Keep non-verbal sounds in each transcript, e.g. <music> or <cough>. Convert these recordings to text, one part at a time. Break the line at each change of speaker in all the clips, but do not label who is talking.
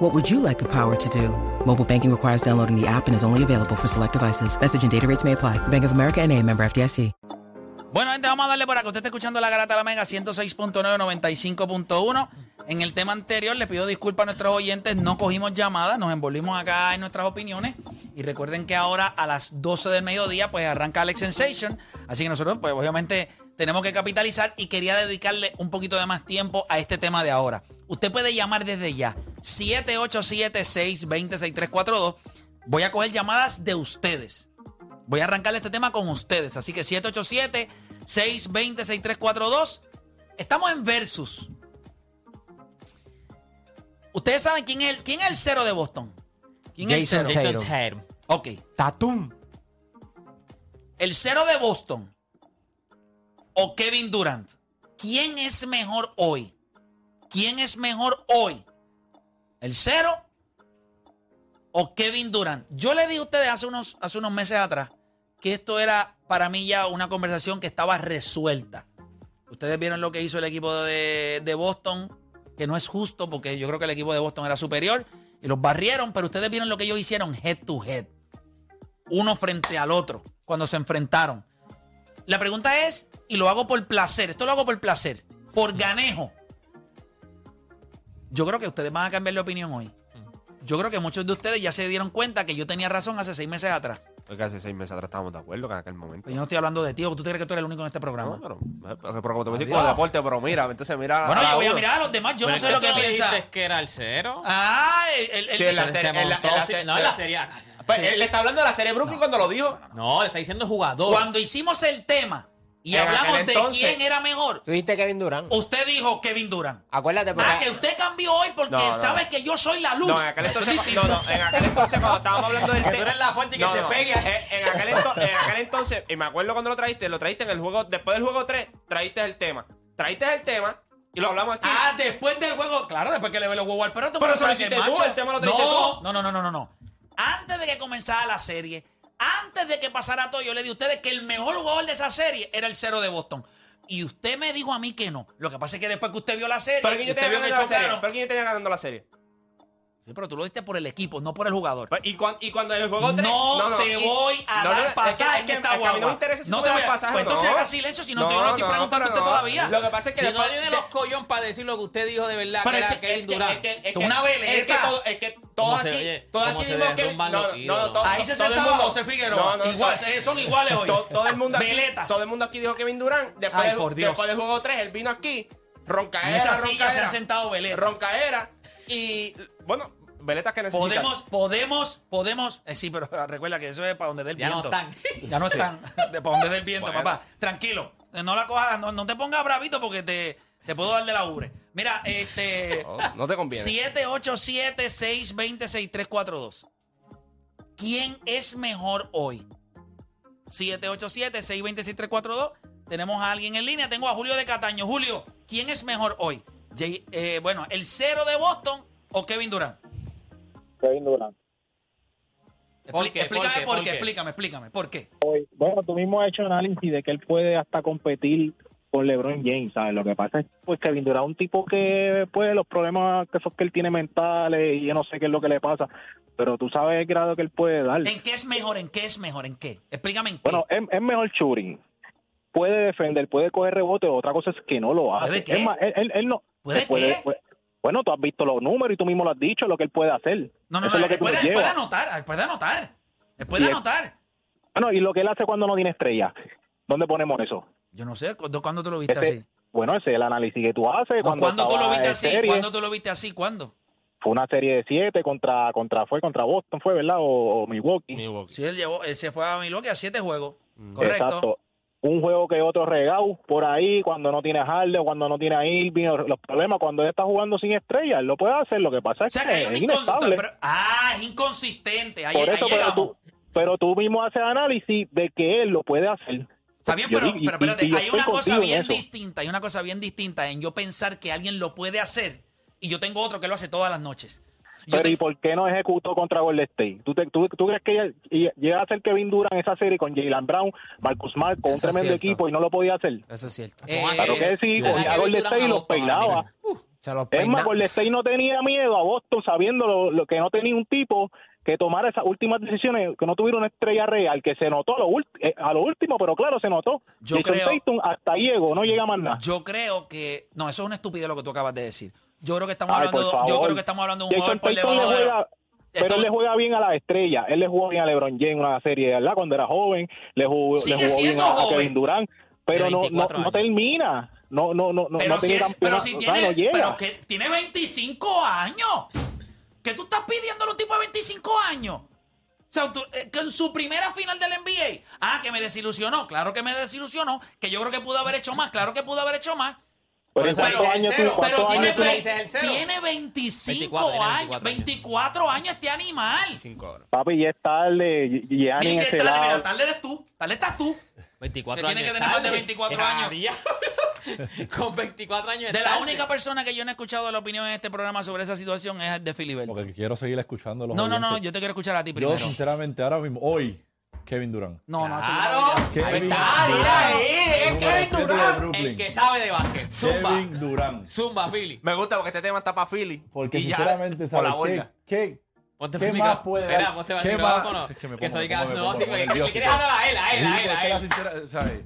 What would you like the power to do? Mobile banking requires downloading the app and is only available for select devices. Message and data rates may apply. Bank of America and a member FDIC.
Bueno, gente, vamos a darle por acá. Usted está escuchando la garata de la Mega 106.9, 95.1. En el tema anterior, le pido disculpas a nuestros oyentes, no cogimos llamadas, nos envolvimos acá en nuestras opiniones. Y recuerden que ahora a las 12 del mediodía, pues arranca Alex Sensation. Así que nosotros, pues obviamente, tenemos que capitalizar y quería dedicarle un poquito de más tiempo a este tema de ahora. Usted puede llamar desde ya, 787 620 Voy a coger llamadas de ustedes. Voy a arrancar este tema con ustedes. Así que 787-620-6342. Estamos en Versus. Ustedes saben quién es el, quién es el cero de Boston. ¿Quién es el
Jason
cero?
Tatum.
Ok.
Tatum.
El cero de Boston o Kevin Durant. ¿Quién es mejor hoy? ¿Quién es mejor hoy? ¿El cero o Kevin Durant? Yo le dije a ustedes hace unos, hace unos meses atrás que esto era para mí ya una conversación que estaba resuelta. Ustedes vieron lo que hizo el equipo de, de Boston, que no es justo porque yo creo que el equipo de Boston era superior y los barrieron, pero ustedes vieron lo que ellos hicieron head to head uno frente al otro cuando se enfrentaron. La pregunta es, y lo hago por placer, esto lo hago por placer, por ganejo. Yo creo que ustedes van a cambiar de opinión hoy. Yo creo que muchos de ustedes ya se dieron cuenta que yo tenía razón hace seis meses atrás.
Porque hace seis meses atrás estábamos de acuerdo que en aquel momento.
Pero yo no estoy hablando de ti, o tú crees que tú eres el único en este
No,
programa.
pero, eh, pero, pero como te voy a decir,
Adiós.
con deporte, pero mira, entonces mira.
Bueno,
cada
yo voy a
uno.
mirar a los demás, yo no
Pero
sé
es
lo que
tú
piensa.
dijiste que era el cero.
Ah, el, el-
Sí,
el-
en la
Pero
serie-
se
en la-
montó,
en la
sí,
se-
no, en la serie.
Pues, él le está hablando de la serie Brooklyn cuando lo dijo.
No, le está diciendo jugador.
cuando hicimos el tema y
Oh. En
hablamos
aquel
de
entonces-
quién era mejor,
Tú dijiste Kevin Durant.
usted dijo Kevin Durant.
Acuérdate, porque
Ah, que usted cambió hoy porque
No, no.
sabe que yo soy la luz.
No, en aquel
Eso es <laughs>
entonces,
distinto.
no, no, en aquel entonces cuando estábamos hablando del
Que
te-
tú eres la fuente y que
No,
se
no.
pegue.
Eh, En, aquel ento- en aquel entonces, y me acuerdo cuando lo trajiste, lo trajiste en el juego, después del juego 3, trajiste el tema. Trajiste el tema y lo hablamos aquí.
Ah, después del juego. Claro, después que le ve los huevos al perro. tú
Pero
no
eso lo
sabes que
hiciste
es
tú,
macho.
el tema
no,
lo trajiste tú.
No, no, no, no, no, no. Antes de que comenzara la serie, antes de que pasara todo, yo le di a ustedes que el mejor jugador de esa serie era el cero de Boston. Y usted me dijo a mí que no. Lo que pasa es que después que usted vio la serie,
pero que yo
usted
tenía
vio que
ganando la serie.
chocaron.
Pero que yo tenía ganando la serie.
Sí, pero tú lo diste por el equipo, no por el jugador.
Pues, Y cuando, y cuando en el juego 3.
No, te voy a dar pasaje
Es que,
en esta
es que a mí no
guagua.
me interesa si
No
tú
te
me das
voy a-
pasaje.
pues
o
entonces haga silencio, si no te- yo no estoy
pero
preguntando a usted
no.
todavía.
Lo que pasa es que
si no
después-
tiene
de-
los collones para decir lo que usted dijo de verdad,
Pero
que
es
era
que-
Kevin
es que-
Durant.
es que- es
Tú
que-
una veleta.
Es que todo- es que
¿Cómo
todos
se
aquí,
oye?
todos
¿Cómo
aquí
se
vimos que.
derrumban
no,
los
no,
ídolos?
no, todo-
Ahí se
todo el
sentaba
mundo-
José Figueroa.
No, no,
Igual,
todo-
son iguales hoy.
to- Todo el mundo aquí.
Veletas.
Todo el mundo aquí dijo Kevin Durant. Después,
Ay,
del-
por Dios.
después del juego 3, él vino aquí.
En
Roncaera.
esa silla se
roncaera,
han sentado veletas.
Roncaera. Y bueno, veletas que necesitas.
Podemos, podemos, podemos. eh, sí, pero <laughs> recuerda que eso es para donde dé el
Ya no
viento.
están.
Ya no están. <laughs> De para donde dé el viento,
Bueno.
papá. Tranquilo. Eh, No la cojas, no, no te pongas bravito porque te, te puedo dar de la ubre. Mira,
<laughs>
este.
No te conviene.
787-620-6342. ¿Quién es mejor hoy? 787-620-6342. Tenemos a alguien en línea. Tengo a Julio de Cataño. Julio, ¿quién es mejor hoy? Jay- eh, bueno, ¿el cero de Boston o Kevin Durant?
Kevin Durant.
Expli-
¿Por qué?
Explícame
¿Por qué?
por
¿Por
qué,
qué?
explícame, explícame. ¿Por qué?
Hoy, bueno, tú mismo has hecho análisis de que él puede hasta competir con LeBron James, ¿sabes? Lo que pasa es pues Kevin Durant es un tipo que, pues, los problemas que son que él tiene mentales y yo no sé qué es lo que le pasa, pero tú sabes el grado que él puede dar.
¿En qué es mejor? ¿En qué es mejor? ¿En qué? Explícame en qué.
Bueno, es, es mejor shooting. Puede defender, puede coger rebote, otra cosa es que no lo hace.
¿Puede qué?
Es más, él, él- él no...
¿Puede
él puede-
qué?
puede- bueno, tú has visto los números y tú mismo lo has dicho, lo que él puede hacer.
no, no, no.
Eso es lo que
Él
tú
puede,
nos
él puede
llevas.
anotar, él puede anotar. Él puede
Y es-
anotar.
Bueno, y lo que él hace cuando no tiene estrella. ¿Dónde ponemos eso?
Yo no sé, ¿cu- ¿cuándo tú lo viste
Ese-
así?
Bueno, ese es el análisis que tú haces.
No,
<laughs> cuando
¿Cuándo tú
estaba
lo viste
en
así?
serie.
¿Cuándo tú lo viste así? ¿Cuándo?
Fue una serie de siete contra, contra fue contra Boston, fue verdad, o, o Milwaukee.
Sí, él, llevó, él se fue a Milwaukee a siete juegos. Correcto.
Mm. Exacto. Un juego que otro regao por ahí, cuando no tiene a Harden, o cuando no tiene a Irving, o los problemas, cuando él está jugando sin estrellas, él lo puede hacer. Lo que pasa
O
es
sea que
que
hay una
es
inconsistente.
Eh, inestable.
pero- ah, es inconsistente. Ahí,
Por
ahí
eso, pero
llegamos.
tú, pero tú mismo haces análisis de que él lo puede hacer.
Está bien,
Yo
pero,
digo, y-
pero espérate,
y- y yo
hay
estoy
una cosa
contigo en
bien
eso.
distinta, hay una cosa bien distinta en yo pensar que alguien lo puede hacer y yo tengo otro que lo hace todas las noches. Yo
Pero
te-
¿y por qué no ejecutó contra Golden State? ¿Tú, te- tú, tú crees que ella- y- llega a ser Kevin Durant esa serie con Jalen Brown, Marcus Smart, con un
Eso es
tremendo
cierto.
equipo y no lo podía hacer?
Eso es cierto.
Eh,
Claro que sí,
sí.
cogía a
Kevin
Golden
Durant
State y
a
los
Boston ahora
pelaba.
mismo.
Se los
Eh,
Pues
Es más,
peina-
Golden State no tenía miedo a Boston sabiendo lo, lo que no tenía un tipo que tomara esas últimas decisiones, que no tuviera una estrella real, que se notó a lo, ult- eh, a lo último, pero claro, se notó.
Yo
Jason
creo-
Tatum hasta ahí llegó, no llega más nada.
Yo creo que. No, eso es una estupidez lo que tú acabas de decir. Yo creo que estamos
Ay,
hablando.
por favor.
Yo creo que estamos hablando de un
Jason
jugador por
Tatum le
debajo de.
juega- Pero
Esto-
él le juega bien a la estrella, él le jugó bien a LeBron James en una serie, ¿verdad? Cuando era joven, le jugó, le
Sigue
jugó bien
siendo
a, a
joven.
Kevin Durant, pero
De
no, no,
24
no
años.
termina, no, no, no, no,
Pero,
no
si,
tiene
es- pero
campeonato,
si
o sea,
tiene.
no llega.
pero que tiene 25 años. ¿Qué tú estás pidiendo a un tipo de 25 años? O sea, tú- eh, que en su primera final del NBA. Ah, que me desilusionó. Claro que me desilusionó. Que yo creo que pudo haber hecho más. Claro que pudo haber hecho más.
Pero
Pero
¿en cuántos
ese es el
años tú-
cero,
Pero
cuántos
¿cuánto
tiene,
años tú no-
ve- Ese es el cero.
tiene 25
24, tiene
años.
24 años.
24 años este animal.
Cinco horas.
Papi, ya es tarde, y- y ya
Bien
en
que tarde,
ese este lado.
mira, tarde eres tú. Tarde estás tú.
24
Que tiene
años
que tener más de
tarde.
24
Era
años.
diablo. <laughs> Con 24 años
De la
tarde.
única persona que yo no he escuchado la opinión en este programa sobre esa situación es el de Filiberto.
Porque quiero seguir escuchando a los
No, no, no,
oyentes.
yo te quiero escuchar a ti
Yo,
primero.
sinceramente, ahora mismo, hoy, Kevin Durant.
No, no,
Claro.
Qué
Ahí
bien.
está, mira ahí, es
Número
Kevin
siete de
Durant,
Brooklyn.
el que sabe de básquet. Zumba.
Kevin Durant.
Zumba, Philly.
Me gusta porque este tema está para Philly.
Porque,
Y ya,
sinceramente,
por la
¿sabes qué?
borda.
¿Qué?
Ponte
¿Qué
el
más
micro-
puede
Espera,
dar?
ponte el
¿Qué
micrófono.
más? Es que me pongo-
soy
me pongo-
gas-
me
no,
pongo
sí, porque-
nervioso.
que quieres hablar a él, a él, a
Sí,
él, a
porque la
él.
sincera- ¿sabes?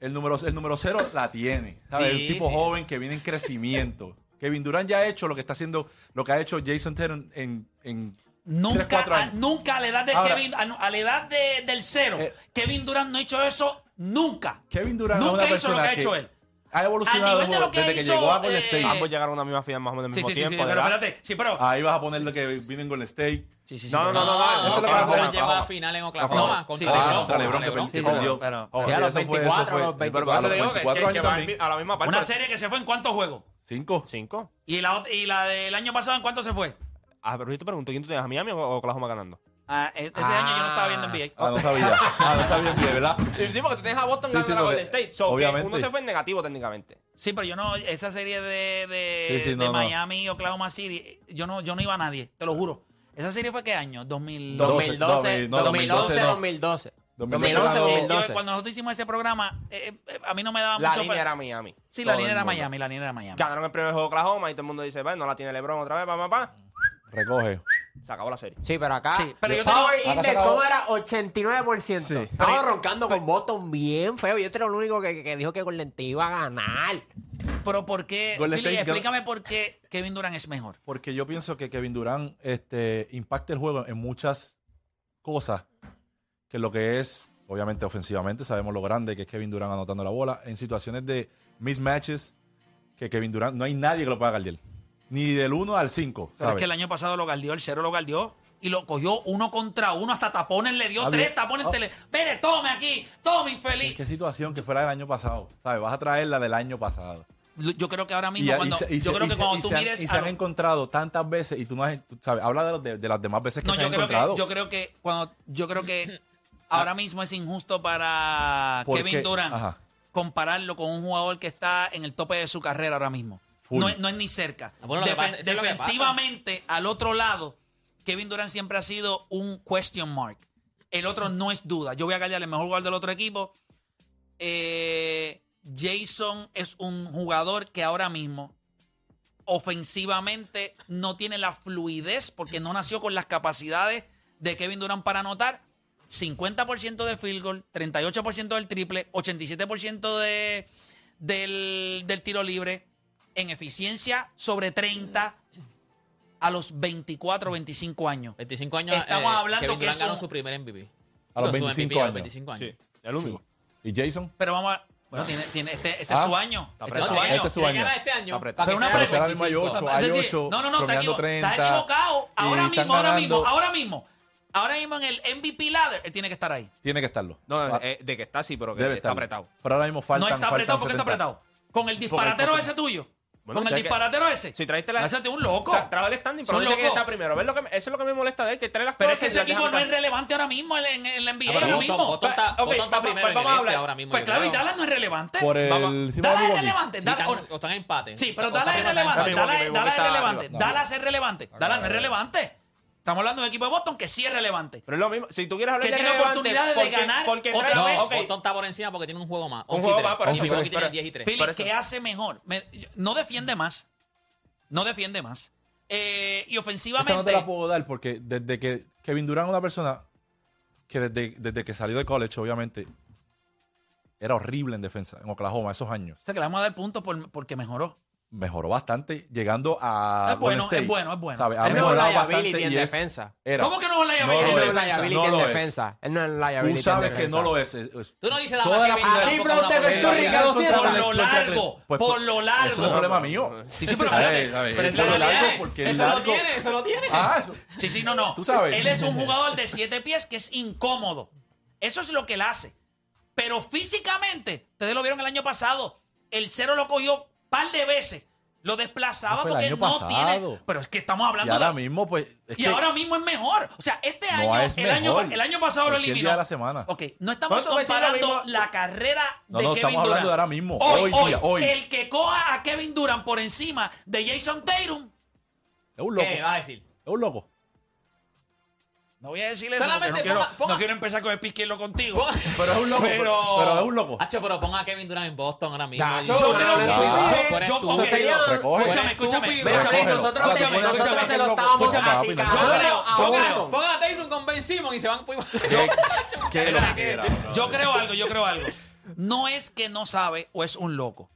El número, el número cero la tiene. ¿sabes?
Sí,
un tipo
sí.
joven que viene en crecimiento. <laughs> Kevin Durant ya ha hecho lo que está haciendo, lo que ha hecho Jason Tatum en, en tres,
Nunca,
cuatro
a-
años.
nunca a la edad de
Ahora-
Kevin, a, a la edad de- del cero,
Eh.
Kevin Durant no ha hecho eso nunca.
Kevin Durant es
nunca
una
hizo lo
persona
que ha
que-
hecho él.
Ha evolucionado
nivel de lo que
desde que
hizo,
llegó a Golden
eh,
State.
Ambos llegaron a una misma final más o menos al
Sí,
mismo
sí, sí,
tiempo.
sí, pero
¿verdad?
espérate, sí, pero
Ahí vas a poner lo que viene en Golden State. Ah,
no, no, no, no,
No,
no,
eso
no,
es lo que
Oklahoma,
vamos a
Durant llegó a
Oklahoma.
la final en Oklahoma.
No,
contra
sí, sí,
LeBron,
sí,
contra LeBron, que
sí, pero-
perdió.
pero-
Oh,
Ya a
ya,
los
eso fue-
24,
eso fue-
los
pero
Por
a
eso
los
te digo que-
24
que- que
años
van
también.
a la misma parte.
una serie que se fue en cuántos juegos.
Cinco.
Cinco.
Y la, ot- y la del año pasado, ¿en cuánto se fue?
Ah, pero yo te pregunto, ¿quién tú tienes, a Miami o o Oklahoma ganando?
Ah, e- ese
Ah.
año yo no estaba viendo NBA.
Ah, no
<laughs>
sabía. Ah, no sabía bien, ¿verdad?
El tipo que tú tienes a Boston
Sí, sí,
ganando a
porque-
Golden State. So, que
obviamente.
uno se fue en negativo técnicamente.
Sí, pero yo no, esa serie de, de,
Sí, sí,
de
no, no.
Miami, Oklahoma City, yo no, yo no iba a nadie, te lo juro. ¿Esa serie fue qué año? 2000.
2012,
2012,
no, 2012,
2012,
no.
2012.
2012,
2011,
no.
2012.
Yo, cuando nosotros hicimos ese programa, eh, eh, a mí no me daba
La
mucho.
línea
pa-
era Miami.
sí, la
todo
línea
el
era
mundo.
Miami, la línea era Miami.
Ganaron el primer juego de Oklahoma y todo el mundo dice, bueno, la tiene LeBron otra vez, papá, papá.
Recoge.
Se acabó la serie.
Sí, pero acá.
Ah,
Sí, pero yo
Power
tengo-
Index, ¿cómo era? 89%.
Sí.
Estaba roncando con Boston bien feo. Yo este era el único que, que dijo que Golden State iba a ganar.
Pero ¿por qué?
Golden
Philly,
State-
explícame por qué Kevin Durant es mejor.
Porque yo pienso que Kevin Durant este, impacta el juego en muchas cosas. Que lo que es, obviamente, ofensivamente, sabemos lo grande que es Kevin Durant anotando la bola. En situaciones de mismatches, que Kevin Durant, no hay nadie que lo pueda galdear. Ni del 1 al 5.
Pero es que el año pasado lo galdeó, el cero lo galdeó. Y lo cogió uno contra uno, hasta tapones le dio
Ah,
tres
bien.
tapones.
Ah.
Tele... Mire, tome aquí, tome infeliz.
Qué situación que fuera del año pasado. ¿Sabes? Vas a traer la del año pasado.
Yo creo que ahora
Y,
mismo,
y
cuando,
se- y
yo
se-
creo
y
que
se-
cuando
y
tú
se han-
mires.
Y
a
se han
lo-
encontrado tantas veces y tú no has. tú sabes, habla de, los- de- de las demás veces que
No,
se
yo
han
creo que,
encontrado. Ah.
yo creo que cuando, yo creo
<clears throat>
que ahora mismo es injusto para
Porque-
Kevin Durant
ajá.
compararlo con un jugador que está en el tope de su carrera ahora mismo.
Full.
No, es- no es ni cerca.
Ah, bueno, lo que
Defen-
pasa- eso es lo que pasa.
defensivamente, al otro lado, Kevin Durant siempre ha sido un question mark. El otro no es duda. Yo voy a callar el mejor jugador del otro equipo. Eh, Jason es un jugador que ahora mismo ofensivamente no tiene la fluidez porque no nació con las capacidades de Kevin Durant para anotar. 50% de field goal, 38% del triple, 87% de, del, del tiro libre, en eficiencia sobre 30 a los 24, 25 años.
25 años. eh,
Estamos hablando
Kevin
que
Durant
es
ganó
un-
su primer MVP.
A los
Digo, su MVP
25
A los
años.
25 años.
Sí, el único.
¿Y Jason?
Pero vamos a... Bueno, tiene, tiene- este, este es
Ah,
su año. Este es
apretado.
su año.
Este es su
Tiene
año.
que ganar este año.
Apretado.
para que
Pero una
sea
pregunta.
Ahora mismo hay ocho.
Es decir,
ocho,
no, no, no, está,
promediando
equivo- está
30,
equivocado. Ahora
y están
mismo, ahora mismo,
ganando.
ahora mismo. Ahora mismo en el MVP ladder, él tiene que estar ahí.
Tiene que estarlo.
No,
Ah,
eh, de que está sí, pero que
debe
está
estarlo.
apretado.
Pero ahora mismo faltan
no está apretado porque está
faltan 70.
apretado. Con el disparatero
Porque-
ese tuyo.
Bueno,
con
o sea
el
que-
disparate no ese.
Si traiste la-
Lánzate un loco.
Tra- Trajo el standing, pero
Son
no sé quién
locos.
está primero. ¿Ves lo que me- eso es lo que me molesta de él, que trae las
Pero es
cosas
que
y
ese
las deja
equipo no
matar.
es relevante ahora mismo en, en- en la NBA.
Ah, pero
ahora
Boston-
mismo.
Boston está-
está,
Ok,
Boston está
vamos-
primero en
vamos
el
a
este
hablar.
ahora mismo.
pues
yo
claro, y
creo.
Dallas no es relevante.
Por el.
Vamos.
sí,
Dallas es
Milwaukee.
relevante.
Sí,
Dallas-
están, o están en empate.
Sí, pero
O- o
Dallas es
están en empate.
relevante.
Milwaukee,
Dallas,
Milwaukee
Dallas es
está
relevante.
arriba.
No.
Dallas es relevante. Dallas no es relevante. Estamos hablando de un equipo de Boston que sí es relevante.
Pero es lo mismo. Si tú quieres hablar
Que
de
tiene
relevante,
oportunidades de
porque-
ganar
porque
otra
trae-
No,
vez.
ok,
Boston está por encima porque tiene un juego más.
Un
11 y
juego
tres.
más, por eso,
Milwaukee
pero-
tiene
pero-
10 y
Eh,
3.
Por
Philly,
eso.
¿qué hace mejor? Me- no defiende más. No defiende más. Eh, y
Esa no te
ofensivamente.
la puedo dar porque desde que Kevin Durant es una persona que desde, desde que salió de college, obviamente, era horrible en defensa en Oklahoma esos años.
o sea, que le vamos a dar puntos por- porque mejoró.
Mejoró bastante llegando a.
Es bueno,
Golden State.
es bueno, es bueno.
¿Sabe? Ha
Es
Él
bueno,
no es
mejorado
liability
bastante.
en
Y es,
defensa.
era.
¿Cómo que no es
No
liability
Él
lo
no
en
es
defensa?
liability
No
en
lo es.
defensa. Él no es liability
Tú sabes
en
que
defensa.
no lo es. es- es-
Tú no dices nada
toda
más
la
que
final-
Así,
Durant
Frost de
contra una
Puerto
pelea.
Rico,
Por
200.
lo largo, por lo largo.
pues, Eso no es problema mío.
Sí, sí, pero espérate. Pero
Eso
es la
lo largo
realidad.
porque es
Eso lo
largo.
tiene, eso lo tiene.
Ah, eso.
Sí, sí, no, no.
Tú sabes.
Él es un jugador de siete pies que es incómodo. Eso es lo que él hace. Pero físicamente, ustedes lo vieron el año pasado, el cero lo cogió par de veces. Lo desplazaba
No fue el
porque
año
no
pasado.
tiene. Pero es que estamos
Y
hablando
ahora
de.
mismo, pues. es
y
que
ahora mismo es mejor. O sea, este
No
año,
es
el año,
mejor.
el año pasado lo
Cualquier
eliminó.
día de la semana.
Ok, no estamos
Por eso me decía lo
comparando
mismo.
la carrera
No,
de
no,
Kevin
estamos hablando
Durant.
de ahora mismo.
Hoy,
Hoy día, hoy.
El que coja a Kevin Durant por encima de Jason Tatum.
Es un loco.
¿Qué vas a
Es
decir?
un loco.
No voy a decir eso.
Solamente
porque no,
ponga-
quiero,
ponga-
no quiero empezar con el pisquirlo contigo.
Ponga-
Pero es un loco. Pero, Ah,
Pero-
pero es un loco.
Hacho, pero ponga a Kevin Durant en Boston ahora mismo.
Ya,
Y-
yo-
Yo
No,
creo
no,
que-
no,
yo-
no,
yo-
no,
yo-
no,
ok,
no, sería-
Escúchame, escúchame.
estúpido.
Ve,
escúchame,
Frost,
Cógelo,
Nosotros
cógelo,
escúchame,
se-
escúchame,
nosotros se lo
cógelo,
estábamos
cógelo,
así,
papi, no.
Yo creo- yo creo-
cabrón.
Ponga a Tatum con Ben Simmons y se van.
Qué- qué loquera, bro.
Yo creo algo, yo creo algo. No es que no sabe o es un loco.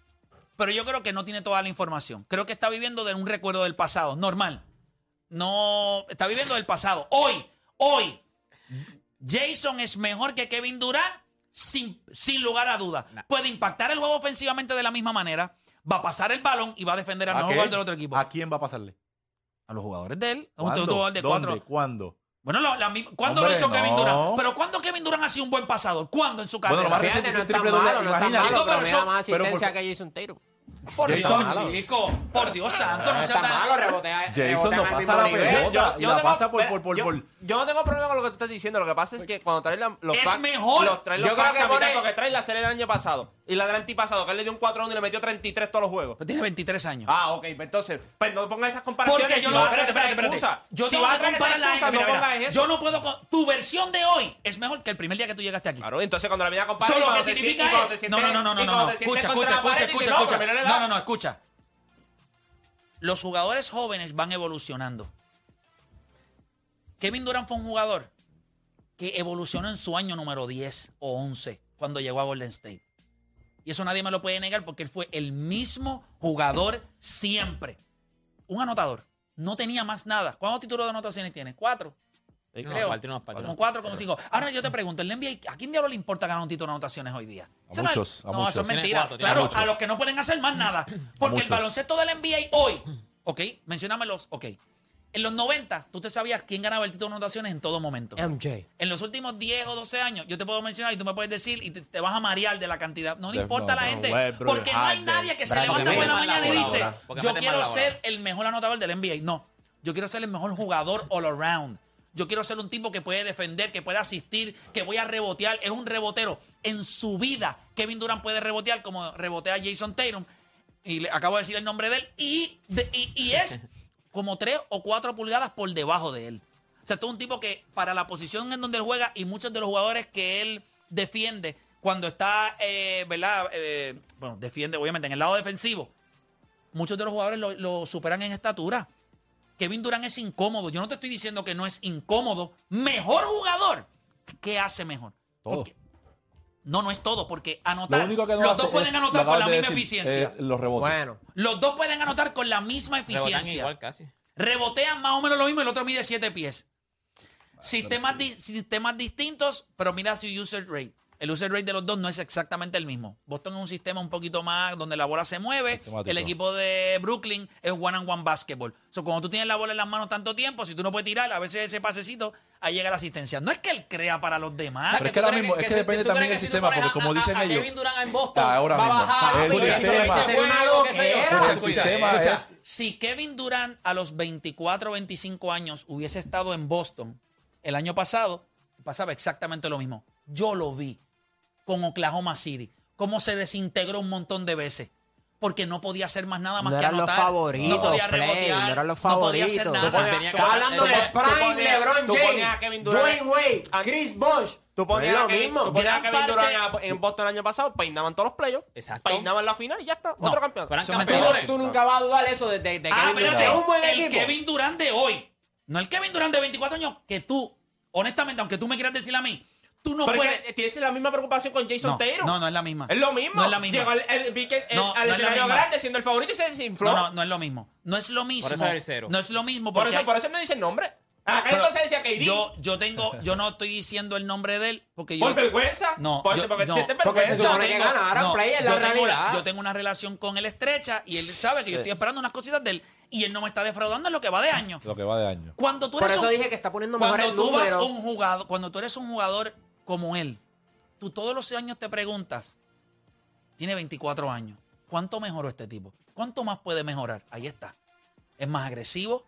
Pero yo creo que no tiene toda la información. Creo que está viviendo de un recuerdo del pasado, normal. No, está viviendo del pasado. Hoy, hoy, Jason es mejor que Kevin Durant sin, sin lugar a dudas. Puede impactar el juego ofensivamente de la misma manera. Va a pasar el balón y va a defender al
¿A
mejor
qué?
jugador del otro equipo.
¿A quién va a pasarle?
A los jugadores de él. Es un
¿Cuándo?
jugador de
¿Dónde?
cuatro.
¿Cuándo?
Bueno, la- la misma- ¿cuándo
Hombre,
lo hizo Kevin
no.
Durant? Pero ¿cuándo Kevin Durant ha sido un buen pasador? ¿Cuándo en su carrera?
Bueno, lo más
Fíjate,
reciente es
no
el
es tan
triple doble.
malo, no es tan
Imagínate.
malo,
Chico,
pero
pero
mira
eso-
más
pero por-
asistencia que Jason Tatum.
Por
Jason,
Dios,
malo.
chico. Por Dios santo, no
No es
sea
tan malo,
tan...
rebotea.
Jason
rebotea
no
al
pasa
mismo
la
nivel.
pelota.
Yo-
Y
yo
la
tengo-
pasa por-
espera,
por- por-
yo-
por-
Yo no tengo problema con lo que tú estás diciendo. Lo que pasa es que cuando traes la- los
Es
facts-
mejor.
Los traes los
Yo creo
facts
que
a mitad
pone-
con que traes la serie del año pasado. Y la del antipasado, que él le dio un 4-1 y le metió 33 todos los juegos.
Pero Tiene 23 años.
Ah, ok, pues entonces, pues no pongas esas comparaciones.
Porque yo
si
no...
vas a
Espérate,
traer
espérate,
esa
espérate.
excusa.
Yo
Si
si
vas
vas a
traer esa
comparar la
excusa,
gente,
no
mira, mira,
pongas eso.
Yo no puedo... con- Tu versión de hoy es mejor que el primer día que tú llegaste aquí.
Claro, entonces cuando la vida compara
Solo
y cuando
que
te
significa
sientes- y cuando te
es... No,
sientes-
no, no, no,
y
no,
cuando
no.
te sientes
Escucha,
contra
escucha,
la
escucha,
pared, dices,
escucha,
no,
escucha.
pero mira la
No,
edad.
no, no, escucha. Los jugadores jóvenes van evolucionando. Kevin Durant fue un jugador que evolucionó en su año número 10 o 11 cuando llegó a Golden State. Y eso nadie me lo puede negar porque él fue el mismo jugador siempre. Un anotador. No tenía más nada. ¿Cuántos títulos de anotaciones tiene? Cuatro.
No,
creo.
partido, no, partido,
Como
no.
cuatro, como cinco. Ahora yo te pregunto, ¿el NBA, ¿a quién diablo le importa ganar un título de anotaciones hoy día?
A
Eso no es-
muchos, a
no,
muchos.
eso es
Tiene
mentira.
cuatro, tiene
claro,
muchos.
a los que no pueden hacer más
<clears throat>
nada. Porque el
muchos.
baloncesto del NBA hoy, ok, mencionámelos, ok. En los 90, tú te sabías quién ganaba el título de anotaciones en todo momento.
MJ.
En los últimos 10 o 12 años, yo te puedo mencionar y tú me puedes decir y te, te vas a marear de la cantidad. No le
De-
importa
no,
a la
no,
gente.
Westbrook,
porque no hay
Harden,
nadie que se
Bryant,
levanta por
mete
la
mal la
mañana y
bola
dice,
ahora, porque
yo
mete mal
quiero
la bola".
ser el mejor anotador del NBA. No, yo quiero ser el mejor jugador all around. Yo quiero ser un tipo que puede defender, que puede asistir, que voy a rebotear. Es un rebotero. En su vida, Kevin Durant puede rebotear como rebotea Jason Tatum. Y le acabo de decir el nombre de él. Y, de- y, y es como tres o cuatro pulgadas por debajo de él. O sea, todo un tipo que para la posición en donde él juega y muchos de los jugadores que él defiende cuando está, eh, ¿verdad? Eh, bueno, defiende obviamente en el lado defensivo. Muchos de los jugadores lo, lo superan en estatura. Kevin Durant es incómodo. Yo no te estoy diciendo que no es incómodo. Mejor jugador. ¿Qué hace mejor?
Todo.
Porque- no, no es todo, porque
Lo
anotar.
único que no
los
hace
dos pueden
es-
anotar
lo
con
acabas
la
de
misma
decir,
eficiencia.
eh, los rebotes.
Bueno.
Los dos pueden anotar con la misma
Rebotan
eficiencia
igual casi.
rebotean más o menos lo mismo y el otro mide 7 pies. Sistemas, di- sistemas distintos, pero mira su user rate. el user rate de los dos no es exactamente el mismo. Boston es un sistema un poquito más donde la bola se mueve.
Sistemático.
El equipo de Brooklyn es one and one basketball. So, cuando tú tienes la bola en las manos tanto tiempo, si tú no puedes tirar, a veces ese pasecito, ahí llega la asistencia. No es que él crea para los demás.
Pero es que ahora mismo- es que depende también del sistema, porque como dicen ellos-
Kevin Durant en Boston
Ah, ahora
va a
mismo.
bajar.
El
y se-
sistema.
se- se-
Sería una
lo que sea.
loquera.
Escucha, el
Escucha,
sistema
escucha.
es
Si Kevin Durant a los 24 o 25 años hubiese estado en Boston el año pasado, pasaba exactamente lo mismo. Yo lo vi con Oklahoma City, cómo se desintegró un montón de veces. Porque no podía hacer más nada más
No
que
eran los
anotar.
favoritos,
no podía
Play,
rebotear.
no eran los
podía hacer
favoritos.
Tú
nada.
ponías-
venía
tú
acá-
ponías-
hablando de
tú ponías- tú ponías a Kevin Durant. Ah,
Wade, Chris Bosh.
Tú ponías,
No
a
es lo
Kevin,
mismo.
tú ponías a
Gran
Kevin Durant
parte-
a- en Boston el año pasado, peinaban todos los playoffs,
Exacto.
peinaban la final y ya está,
No,
otro campeón.
fueran
Son
campeones.
campeones.
Tú nunca vas a dudar eso de, de, de
Ah,
Kevin Durant.
espérate,
Es un buen
el
equipo.
Kevin Durant de hoy. No el Kevin Durant de 24 años que tú, honestamente, aunque tú me quieras decir a mí, tú no
Pero es
puedes...
que tienes la misma preocupación con Jason
No,
Taylor.
no, no es la misma.
Es lo mismo.
No es la misma.
Llegó el, el, vi que el-
No,
al
no es la
escenario
misma.
grande siendo el favorito y se desinfló.
No, no, no es lo mismo. No es lo mismo.
eso es el cero.
No es lo mismo
por,
porque
eso,
hay-
por eso no dice el nombre. Acá
Pero
entonces decía KD.
Yo, yo tengo, yo no estoy diciendo el nombre de él porque yo.
por vergüenza.
No,
Por-
yo-
porque
no.
sientes
Porque se
vergüenza.
supone que
Tengo-
gana. Ahora Play es la
yo tengo
realidad.
una- yo tengo una relación con él estrecha y él sabe que yo estoy esperando unas cositas de él y él no me está defraudando en lo que va de año.
Lo que va de año.
Cuando tú
Por
eres
eso
un-
dije que está poniendo mejor
cuando
el
tú vas
número.
un jugador, cuando tú eres un jugador como él, tú todos los años te preguntas, tiene 24 años, ¿cuánto mejoró este tipo? ¿Cuánto más puede mejorar? Ahí está. Es más agresivo,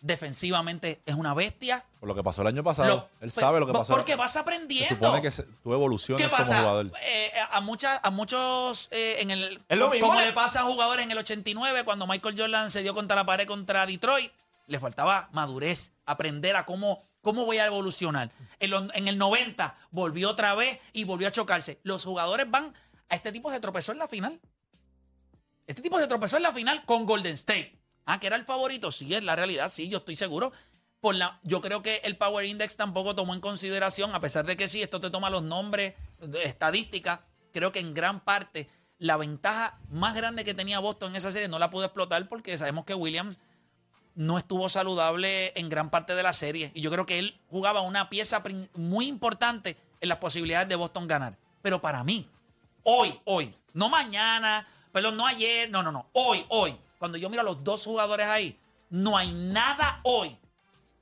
defensivamente es una bestia.
Por lo que pasó el año pasado.
Lo- pues,
él sabe lo que
po-
pasó.
Porque vas
Se
aprendiendo.
supone que se- tú evolucionas
¿Qué
como
pasa?
jugador.
Eh, a, muchas, a muchos eh, en el.
Es lo mismo,
como
eh.
le pasa a jugadores en el 89, cuando Michael Jordan se dio contra la pared contra Detroit, le faltaba madurez, aprender a cómo, cómo voy a evolucionar. En, los- en el 90 volvió otra vez y volvió a chocarse. Los jugadores van. A este tipo se tropezó en la final. Este tipo se tropezó en la final con Golden State. Ah, que era el favorito. Sí, es la realidad, sí, yo estoy seguro. Por la, yo creo que el Power Index tampoco tomó en consideración, a pesar de que sí, esto te toma los nombres, de- estadísticas. Creo que en gran parte la ventaja más grande que tenía Boston en esa serie no la pudo explotar porque sabemos que Williams no estuvo saludable en gran parte de la serie. Y yo creo que él jugaba una pieza prin- muy importante en las posibilidades de Boston ganar. Pero para mí, hoy, hoy, no mañana, perdón, no ayer, no, no, no, hoy, hoy, cuando yo miro a los dos jugadores ahí, no hay nada hoy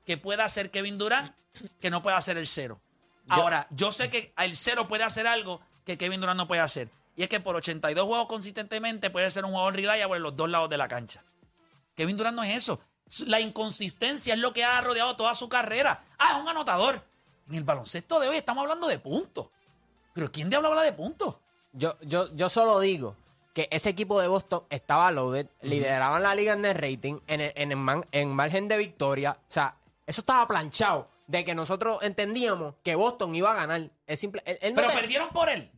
que pueda hacer Kevin Durant que no pueda hacer el cero. Ahora, yo sé que el cero puede hacer algo que Kevin Durant no puede hacer. Y es que por 82 juegos consistentemente puede ser un jugador reliable en los dos lados de la cancha. Kevin Durant no es eso. La inconsistencia es lo que ha rodeado toda su carrera. Ah, es un anotador. En el baloncesto de hoy estamos hablando de puntos. Pero ¿quién diablo habla de puntos?
Yo, yo, yo solo digo que ese equipo de Boston estaba loaded, lideraban la liga en el rating, en, el- en, el man- en margen de victoria. O sea, eso estaba planchado de que nosotros entendíamos que Boston iba a ganar. Es simple. él- él no
Pero
te-
perdieron por él.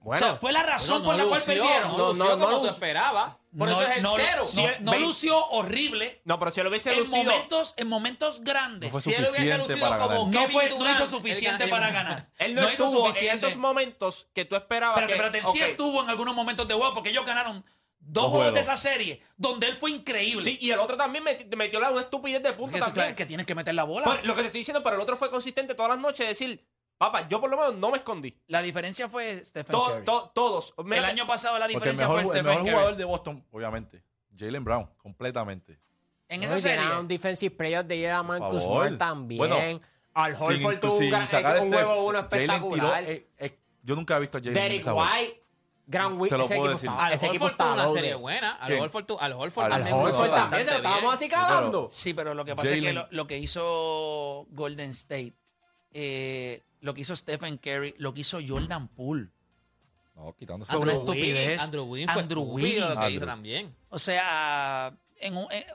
Bueno,
o sea, fue la razón
No,
por la
no
cual
lució,
perdieron.
No,
No,
lució
no, no
como tú
lució.
esperabas. Por
No-
eso es el
no-
cero.
no-
Si él-
no
ve-
lució horrible.
No, pero si él hubiese
En
lucido.
momentos, en momentos grandes.
No fue
si él hubiese
suficiente
lucido
para ganar.
como
no,
No
Kevin
fue, no
Durant,
hizo suficiente
él
para
ganaría.
ganar.
<laughs> Él no, estuvo en esos momentos que tú esperabas.
Espérate, espérate,
que,
él
ok.
sí estuvo en algunos momentos de juego porque ellos ganaron dos
Dos
juegos de
juegos.
esa serie donde él fue increíble.
Sí, y el otro también meti- metió, la, una estupidez de punto
porque tú sabes
también.
que tienes que meter la bola.
Pues, lo que te estoy diciendo, pero el otro fue consistente todas las noches. Decir, papá, yo por lo menos no me escondí.
la diferencia fue Stephen
To-
Curry.
to- todos. Mira,
el año pasado la
Porque el
diferencia fue
mejor, el
Stephen
mejor
Curry.
jugador de Boston, obviamente, Jalen Brown, completamente.
en
no,
esa
y
serie.
tenía un defensive player de Year Amar
Por favor.
Kuzma también.
Bueno,
Al Horford tuvo un, gran-
sacar
un
este-
juego uno
Jalen tiró,
espectacular.
eh, eh, yo nunca he visto a Jalen en
Derek
esa bola.
White, Gran Wick.
Te lo
Ese
puedo
equipo
decir.
<laughs>
estaba-
Al
ese equipo
Horford tuvo
estaba
una
loaded.
serie buena. Al
¿Quién?
Horford tu- al Horford
Al
también
Horford
Horford
jugó
también,
bastante
se lo estábamos
bien.
así cagando.
Sí, pero lo que pasa es que
Jalen.
lo, lo que hizo Golden State, eh, lo que hizo Stephen Curry, lo que hizo Jordan Poole.
No, quitándose.
Fue una
Andrew
estupidez.
Wiggins, Andrew Wiggins fue
Andrew
estúpido lo que
Wiggins.
hizo también.
O sea, en un- eh,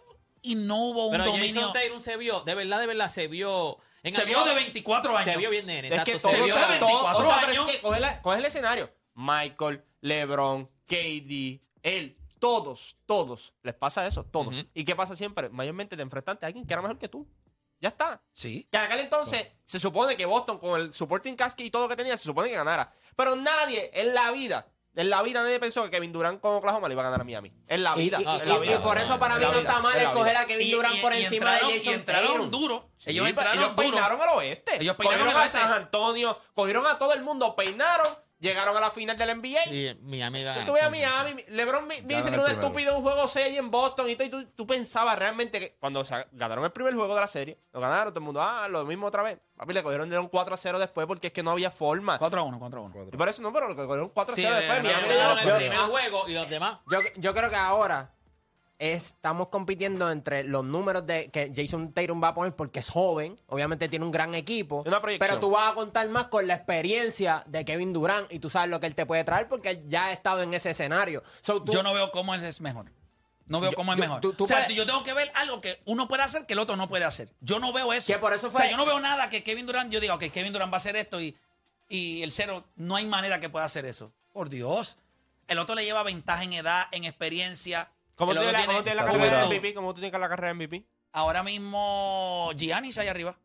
y no hubo un
Pero
dominio.
Jason Taylor se vio, de verdad, de verdad, se vio. en
Se vio
algunos-
de 24 años.
Se vio bien nene.
Es
exacto,
que
se
todos,
vio
o sea,
de
bien.
todos-
24
o sea, pero
años.
es que coge, la- coge el escenario. Michael, LeBron, KD, él, todos, todos. Les pasa eso, todos.
Ujú.
¿Y qué pasa siempre? Mayormente te enfrentaste a alguien que era mejor que tú. Ya está.
Sí.
Que en aquel entonces se supone que Boston, con el supporting cast y todo lo que tenía, se supone que ganara. Pero nadie en la vida
En la vida nadie pensó que Kevin Durant con Oklahoma le iba a ganar a Miami. En la vida.
Y, y-
Ah,
y-
en la
y
vida.
por eso para
En
mí
la
no
vida,
está mal
en la
escoger
vida.
a Kevin
Y-
Durant
y-
por
y
encima
entraron-
de
y
Jason
entraron
Tatum.
duro.
Sí,
Ellos
pe-
entraron duro.
ellos peinaron al oeste.
Ellos peinaron
cogieron
al
a
oeste.
San Antonio, cogieron a todo el mundo, peinaron, llegaron a la final del NBA.
Y Miami
Tú,
gana.
tú ves a Miami, mi- LeBron mi-
Ganan
dice que
el
era un
primero.
estúpido un juego 6 en Boston y, todo, y tú, tú pensabas realmente que cuando sa- ganaron el primer juego de la serie, lo ganaron, todo el mundo, ah, lo mismo otra vez. Papi, le cogieron dieron 4 a 0 después porque es que no había forma.
4 a 1, 4 a 1.
Y por eso no, pero le cogieron 4 a 0
Sí, le
después.
ganaron,
Miami
le
le
ganaron
ganó
el
los
los
primer
primeros.
juego y los demás.
Yo, yo creo que ahora estamos compitiendo entre los números de que Jason Tatum va a poner porque es joven, obviamente tiene un gran equipo,
Una proyección.
pero tú vas a contar más con la experiencia de Kevin Durant y tú sabes lo que él te puede traer porque él ya ha estado en ese escenario. So, tú-
Yo no veo cómo él es mejor. No veo
Yo-
cómo es
yo-
mejor.
tú- tú
o sea,
puedes-
yo tengo que ver algo que uno puede hacer que el otro no puede hacer. Yo no veo eso.
Que por eso fue-
O sea, yo no veo nada que Kevin Durant, yo diga, ok, Kevin Durant va a hacer esto y, y el cero, no hay manera que pueda hacer eso. Por Dios. El otro le lleva ventaja en edad, en experiencia.
¿Cómo
El
tú
otro
tienes la- cómo tienes la
Está
carrera de
duro.
MVP? ¿Cómo tú tienes la carrera de MVP?
Ahora mismo Giannis ahí arriba.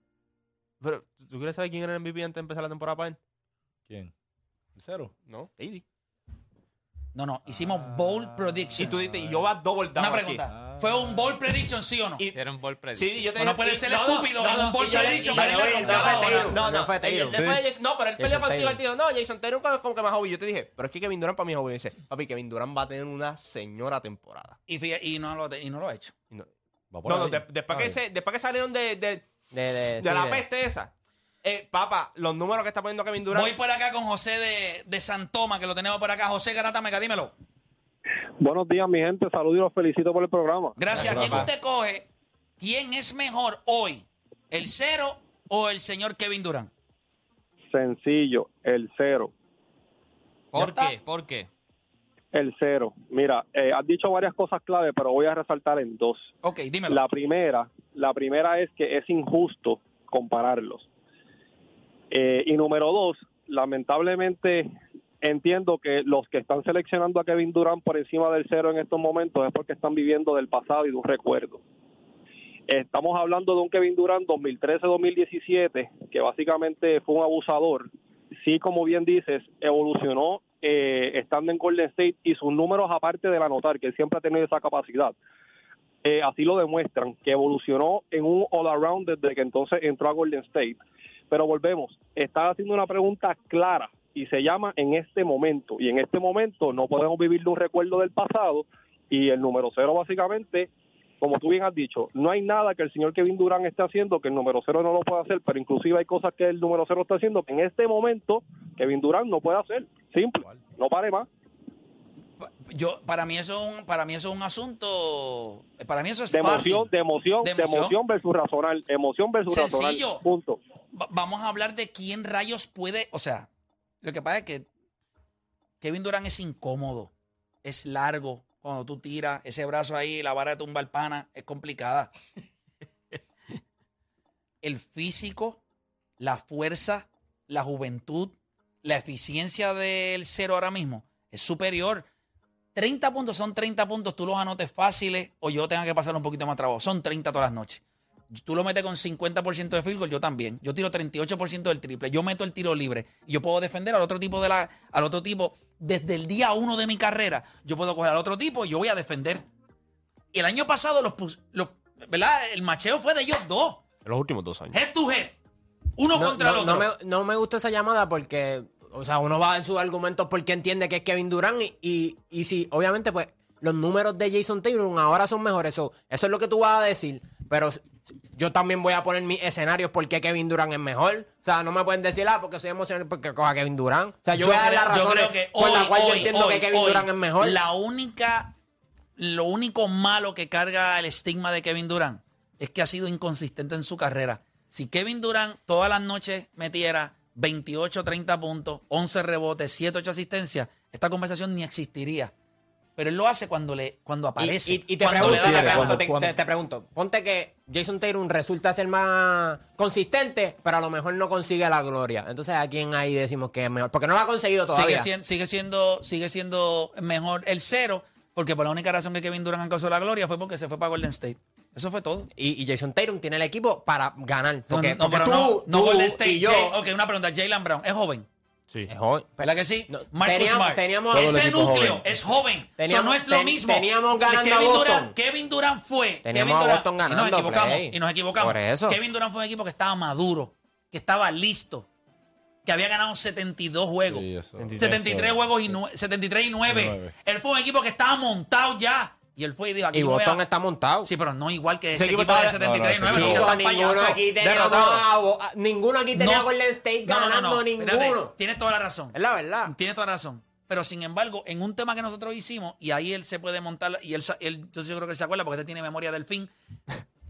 Pero, ¿tú quieres saber quién era el MVP antes de empezar la temporada para él?
¿Quién? ¿El cero?
No, KD.
No, no, hicimos
Ah.
bold
Y
prediction.
tú dices, y yo va double down
Ah. Una
aquí.
pregunta. ¿Fue un bold prediction, sí o no?
Y-
Era un ball prediction.
Sí, yo te
No puede ser estúpido, un bol prediction,
No, y
pero
yo
le
le-
roncaba
no,
ahora.
no, no,
No fue
y él-
Taylor.
después de Jason- No, pero él peleó
Jason
contigo
Taylum.
el tío. No, Jason Taylor es como que más obvio. Yo te dije, pero es que Kevin Durant para mí es obvio. Y dice, papi, Kevin Durant va a tener una señora temporada.
Y, fija- y no, lo, y no lo ha hecho.
Y No,
Va por
no, no,
ahí.
de- después,
Está
que
bien.
se- después que salieron de, de,
de, de-
de
sí,
la
de-
peste esa. Eh, papá, los números que está poniendo Kevin Durant.
Voy por acá con José de, de Santoma, que lo tenemos por acá. José Garata Mega, dímelo.
Buenos días, mi gente. Saludos y los felicito por el programa.
Gracias. ¿Quién
Rafa.
usted coge? ¿Quién es mejor hoy? ¿El cero o el señor Kevin Durant?
Sencillo, el cero.
¿Por
Ya
qué? ¿Por qué?
El cero. Mira, eh, has dicho varias cosas clave, pero voy a resaltar en dos.
Ok, dímelo.
La primera, la primera es que es injusto compararlos. Eh, y número dos, lamentablemente entiendo que los que están seleccionando a Kevin Durant por encima del cero en estos momentos es porque están viviendo del pasado y de un recuerdo. Estamos hablando de un Kevin Durant 2013-2017 que básicamente fue un abusador. Sí, como bien dices, evolucionó eh, estando en Golden State y sus números aparte de anotar, que él siempre ha tenido esa capacidad eh, así lo demuestran, que evolucionó en un all-around desde que entonces entró a Golden State. Pero volvemos, está haciendo una pregunta clara y se llama en este momento. Y en este momento no podemos vivir de un recuerdo del pasado y el número cero básicamente, como tú bien has dicho, no hay nada que el señor Kevin Durán esté haciendo que el número cero no lo pueda hacer, pero inclusive hay cosas que el número cero está haciendo que en este momento Kevin Durán no puede hacer. Simple, no pare más.
Pa- Yo, para, mí eso es un, para mí eso es un asunto. Para mí eso es
De
fácil.
emoción, de emoción,
De
de
emoción.
emoción, versus razonar, emoción versus
Sencillo.
razonar, punto.
Va- Vamos a hablar de quién rayos puede. O sea, lo que pasa es que Kevin Durant es incómodo, es largo. Cuando tú tiras ese brazo ahí, la vara de tumbar pana es complicada. El físico, la fuerza, la juventud, la eficiencia del cero ahora mismo es superior. 30 puntos son 30 puntos, tú los anotes fáciles o yo tenga que pasar un poquito más trabajo. Son 30 todas las noches. Tú lo metes con 50% de field goal, yo también. Yo tiro 38% del triple, yo meto el tiro libre. Y yo puedo defender al otro tipo de la al otro tipo desde el día uno de mi carrera. Yo puedo coger al otro tipo y yo voy a defender. Y el año pasado los, pus- los- ¿verdad? El macheo fue de ellos dos,
En los últimos dos años.
head to head, uno
No,
contra
no-
el otro.
No me, no me gusta esa llamada porque, o sea, uno va en sus argumentos porque entiende que es Kevin Durant y, y, y sí, obviamente, pues los números de Jason Taylor ahora son mejores. Eso, eso es lo que tú vas a decir, pero s- yo también voy a poner mis escenarios porque Kevin Durant es mejor. O sea, no me pueden decir, ah, porque soy emocional porque coja Kevin Durant. O sea, yo, voy a dar las razones por la cual yo entiendo
hoy,
que Kevin
hoy,
Durant es mejor.
La única, lo único malo que carga el estigma de Kevin Durant es que ha sido inconsistente en su carrera. Si Kevin Durant todas las noches metiera 28, 30 puntos, 11 rebotes, 7, 8 asistencias, esta conversación ni existiría. Pero él lo hace cuando le cuando
Y-
aparece.
Y, y te,
cuando
pregunto,
le da
te,
la
gana.
pregunto, te-
Cuando-
te- te pregunto, ponte que Jason Taylor resulta ser más consistente, pero a lo mejor no consigue la gloria. Entonces, ¿a quién ahí decimos que es mejor? Porque no la ha conseguido
sigue,
todavía.
sien- sigue siendo, sigue siendo mejor el cero, porque por la única razón que Kevin Durant alcanzó la gloria fue porque se fue para Golden State. Eso fue todo.
Y, y Jason Taylor tiene el equipo para ganar.
No,
Porque,
no, pero
porque tú,
no, no
tú
Golden State.
y yo,
Jay- ok, una pregunta. Jalen Brown, ¿es joven?
Sí.
Es hoy.
¿Verdad que sí?
No,
Marcus
teníamos-
Smart.
teníamos-
Todo el
Ese
equipo
núcleo
joven.
es joven.
Teníamos-
Eso no es lo
ten-
mismo.
teníamos ganando
Kevin,
a Boston.
Durant, Kevin Durant fue.
Teníamos a
Kevin Durant-
Boston
Y
ganando,
nos equivocamos.
Play.
Y nos equivocamos.
Por eso.
Kevin Durant fue un equipo que estaba maduro, que estaba listo, que había ganado 72 juegos.
Sí, eso.
73 juegos y nue- 73 y 9.
Nueve.
Él fue un equipo que estaba montado ya. Y él fue y dijo, aquí
Y
no voy a-
Boston está montado.
Sí, pero no igual que ese
equipo
equipo de
estaba-
73 y
no, no,
9.
ese
No, seas
equipo-
tan
ninguno
payaso.
aquí tenía
Derrotado.
a Bo- a- ninguno aquí tenía a
No,
Golden State
no, no, no,
ganando
no.
ninguno.
Espérate, Tienes toda la razón.
Es la verdad.
Tiene toda la razón. Pero sin embargo, en un tema que nosotros hicimos, y ahí él se puede montar, y él, sa- él- yo, yo creo que él se acuerda porque él tiene memoria del
<laughs>
fin.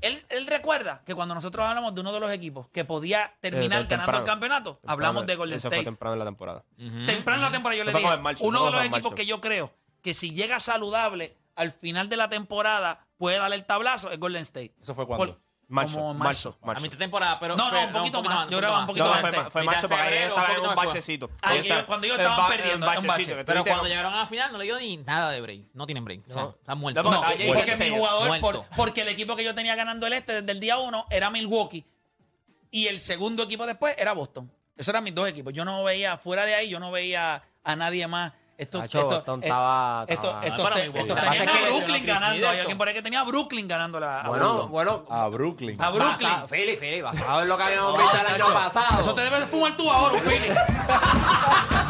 Él, él recuerda que cuando nosotros hablamos de uno de los equipos que podía terminar
Desde
ganando el
Eh, temprano.
campeonato, hablamos de Golden
Eso
State. Mm.
fue temprano en la temporada.
Temprano en la temporada, yo le
Eso fue
dije,
como en marzo,
uno
eso
de
fue
los
en
equipos
marzo.
que yo creo que si llega saludable al final de la temporada puede darle el tablazo es Golden State.
¿Eso fue cuándo?
Por-
Marzo,
como marzo.
marzo,
A
marzo.
mitad de temporada, pero.
No, no,
pero-
un poquito más. Yo
poquito
grababa un poquito
No,
antes.
fue, ma- fue
Mitad de
marzo para que ella
febrero,
estaba en
poquito
un
después.
bachecito.
Ah,
Ella
ellos-
está-
cuando ellos
en
estaban
ba- en
perdiendo, en un
bachecito,
bache.
que
Pero
tuviste-
cuando llegaron a la final no le dio ni nada de break. No tienen break. O sea, están muertos.
No,
No,
Ah,
porque
Jason
mi
Tatum.
jugador, por-
Muerto.
porque el equipo que yo tenía ganando el este desde el día uno era Milwaukee y el segundo equipo después era Boston. Esos eran mis dos equipos. Yo no veía, fuera de ahí, yo no veía a nadie más. Estos,
Tacho,
estos-
Boston
eh,
estaba-
estos-
estaba-
estos
Para
te-
mí,
estos
Boston.
tenían
Lo que pasa
a
es que-
Brooklyn ganando. Hay
Middleton.
alguien por ahí que tenía a Brooklyn ganando la, a
Bueno,
Boston.
bueno.
A Ah, Brooklyn.
A Brooklyn.
Basa- Philly, Philly, basado en lo que habíamos
No,
visto el año
tacho,
pasado.
Eso te debes fumar tú ahora, un feeling.